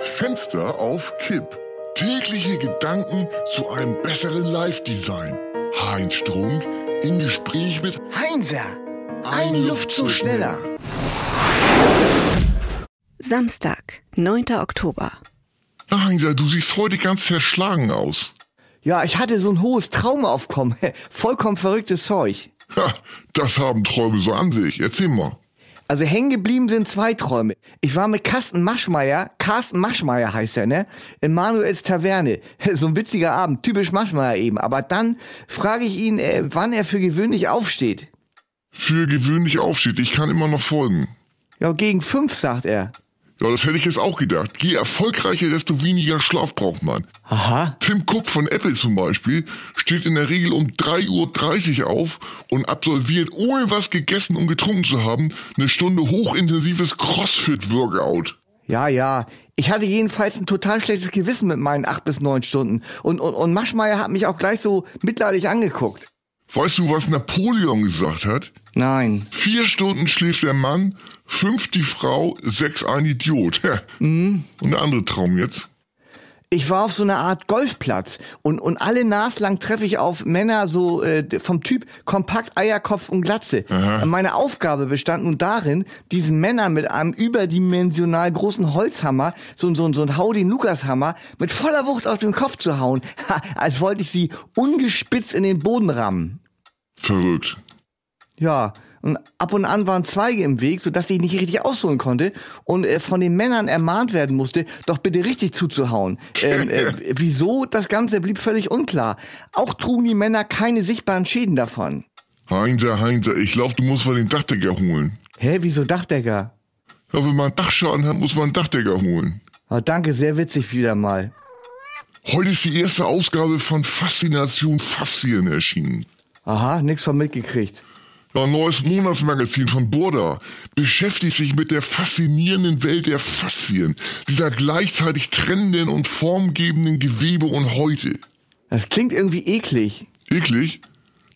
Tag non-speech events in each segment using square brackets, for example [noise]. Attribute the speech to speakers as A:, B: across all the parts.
A: Fenster auf Kipp. Tägliche Gedanken zu einem besseren Live-Design. Heinz Strunk im Gespräch mit
B: Heinzer, ein, Luftzug ne? schneller.
C: Samstag, 9. Oktober.
A: Na Heinzer, du siehst heute ganz zerschlagen aus.
B: Ja, ich hatte so ein hohes Traumaufkommen. [laughs] Vollkommen verrücktes Zeug.
A: Ha, das haben Träume so an sich. Erzähl mal.
B: Also hängen geblieben sind zwei Träume. Ich war mit Carsten Maschmeyer, Carsten Maschmeyer heißt er, ne? In Manuels Taverne. [laughs] So ein witziger Abend, typisch Maschmeyer eben. Aber dann frage ich ihn, äh, wann er für gewöhnlich aufsteht.
A: Für gewöhnlich aufsteht, ich kann immer noch folgen.
B: Ja, gegen fünf, sagt er.
A: Ja, das hätte ich jetzt auch gedacht. Je erfolgreicher, desto weniger Schlaf braucht man.
B: Aha.
A: Tim Cook von Apple zum Beispiel steht in der Regel um 3.30 Uhr auf und absolviert, ohne was gegessen und getrunken zu haben, eine Stunde hochintensives CrossFit-Workout.
B: Ja, ja. Ich hatte jedenfalls ein total schlechtes Gewissen mit meinen acht bis neun Stunden. Und, und, und Maschmeyer hat mich auch gleich so mitleidig angeguckt.
A: Weißt du, was Napoleon gesagt hat?
B: Nein.
A: Vier Stunden schläft der Mann, fünf die Frau, sechs ein Idiot. [laughs] mhm. Und der andere Traum jetzt?
B: Ich war auf so einer Art Golfplatz und, und alle naslang treffe ich auf Männer so äh, vom Typ kompakt Eierkopf und Glatze.
A: Aha.
B: Und Meine Aufgabe bestand nun darin, diesen Männern mit einem überdimensional großen Holzhammer, so, so, so ein Hau den Lukas-Hammer, mit voller Wucht auf den Kopf zu hauen, [laughs] ha, als wollte ich sie ungespitzt in den Boden rammen.
A: Verrückt.
B: Ja, und ab und an waren Zweige im Weg, sodass ich nicht richtig ausholen konnte und äh, von den Männern ermahnt werden musste, doch bitte richtig zuzuhauen. Ähm, äh, wieso? Das Ganze blieb völlig unklar. Auch trugen die Männer keine sichtbaren Schäden davon.
A: Heinzer, Heinzer, ich glaube, du musst mal den Dachdecker holen.
B: Hä, wieso Dachdecker?
A: Ja, wenn man Dachschaden hat, muss man einen Dachdecker holen.
B: Ah, danke, sehr witzig wieder mal.
A: Heute ist die erste Ausgabe von Faszination Faszien erschienen.
B: Aha, nix von mitgekriegt.
A: Ein neues Monatsmagazin von Burda beschäftigt sich mit der faszinierenden Welt der Faszien, dieser gleichzeitig trennenden und formgebenden Gewebe und Häute.
B: Das klingt irgendwie eklig.
A: Eklig?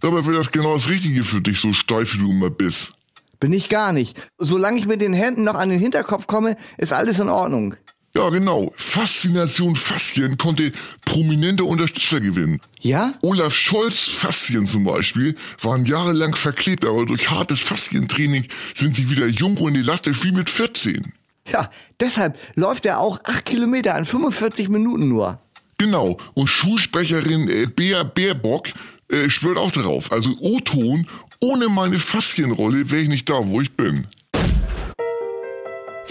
A: Dabei wäre das genau das Richtige für dich, so steif wie du immer bist.
B: Bin ich gar nicht. Solange ich mit den Händen noch an den Hinterkopf komme, ist alles in Ordnung.
A: Ja, genau. Faszination Faszien konnte prominente Unterstützer gewinnen.
B: Ja?
A: Olaf Scholz Faszien zum Beispiel waren jahrelang verklebt, aber durch hartes Faszientraining sind sie wieder jung und elastisch wie mit 14.
B: Ja, deshalb läuft er auch 8 Kilometer in 45 Minuten nur.
A: Genau. Und Schulsprecherin äh, Bea Baerbock äh, schwört auch darauf. Also O-Ton, ohne meine Faszienrolle wäre ich nicht da, wo ich bin.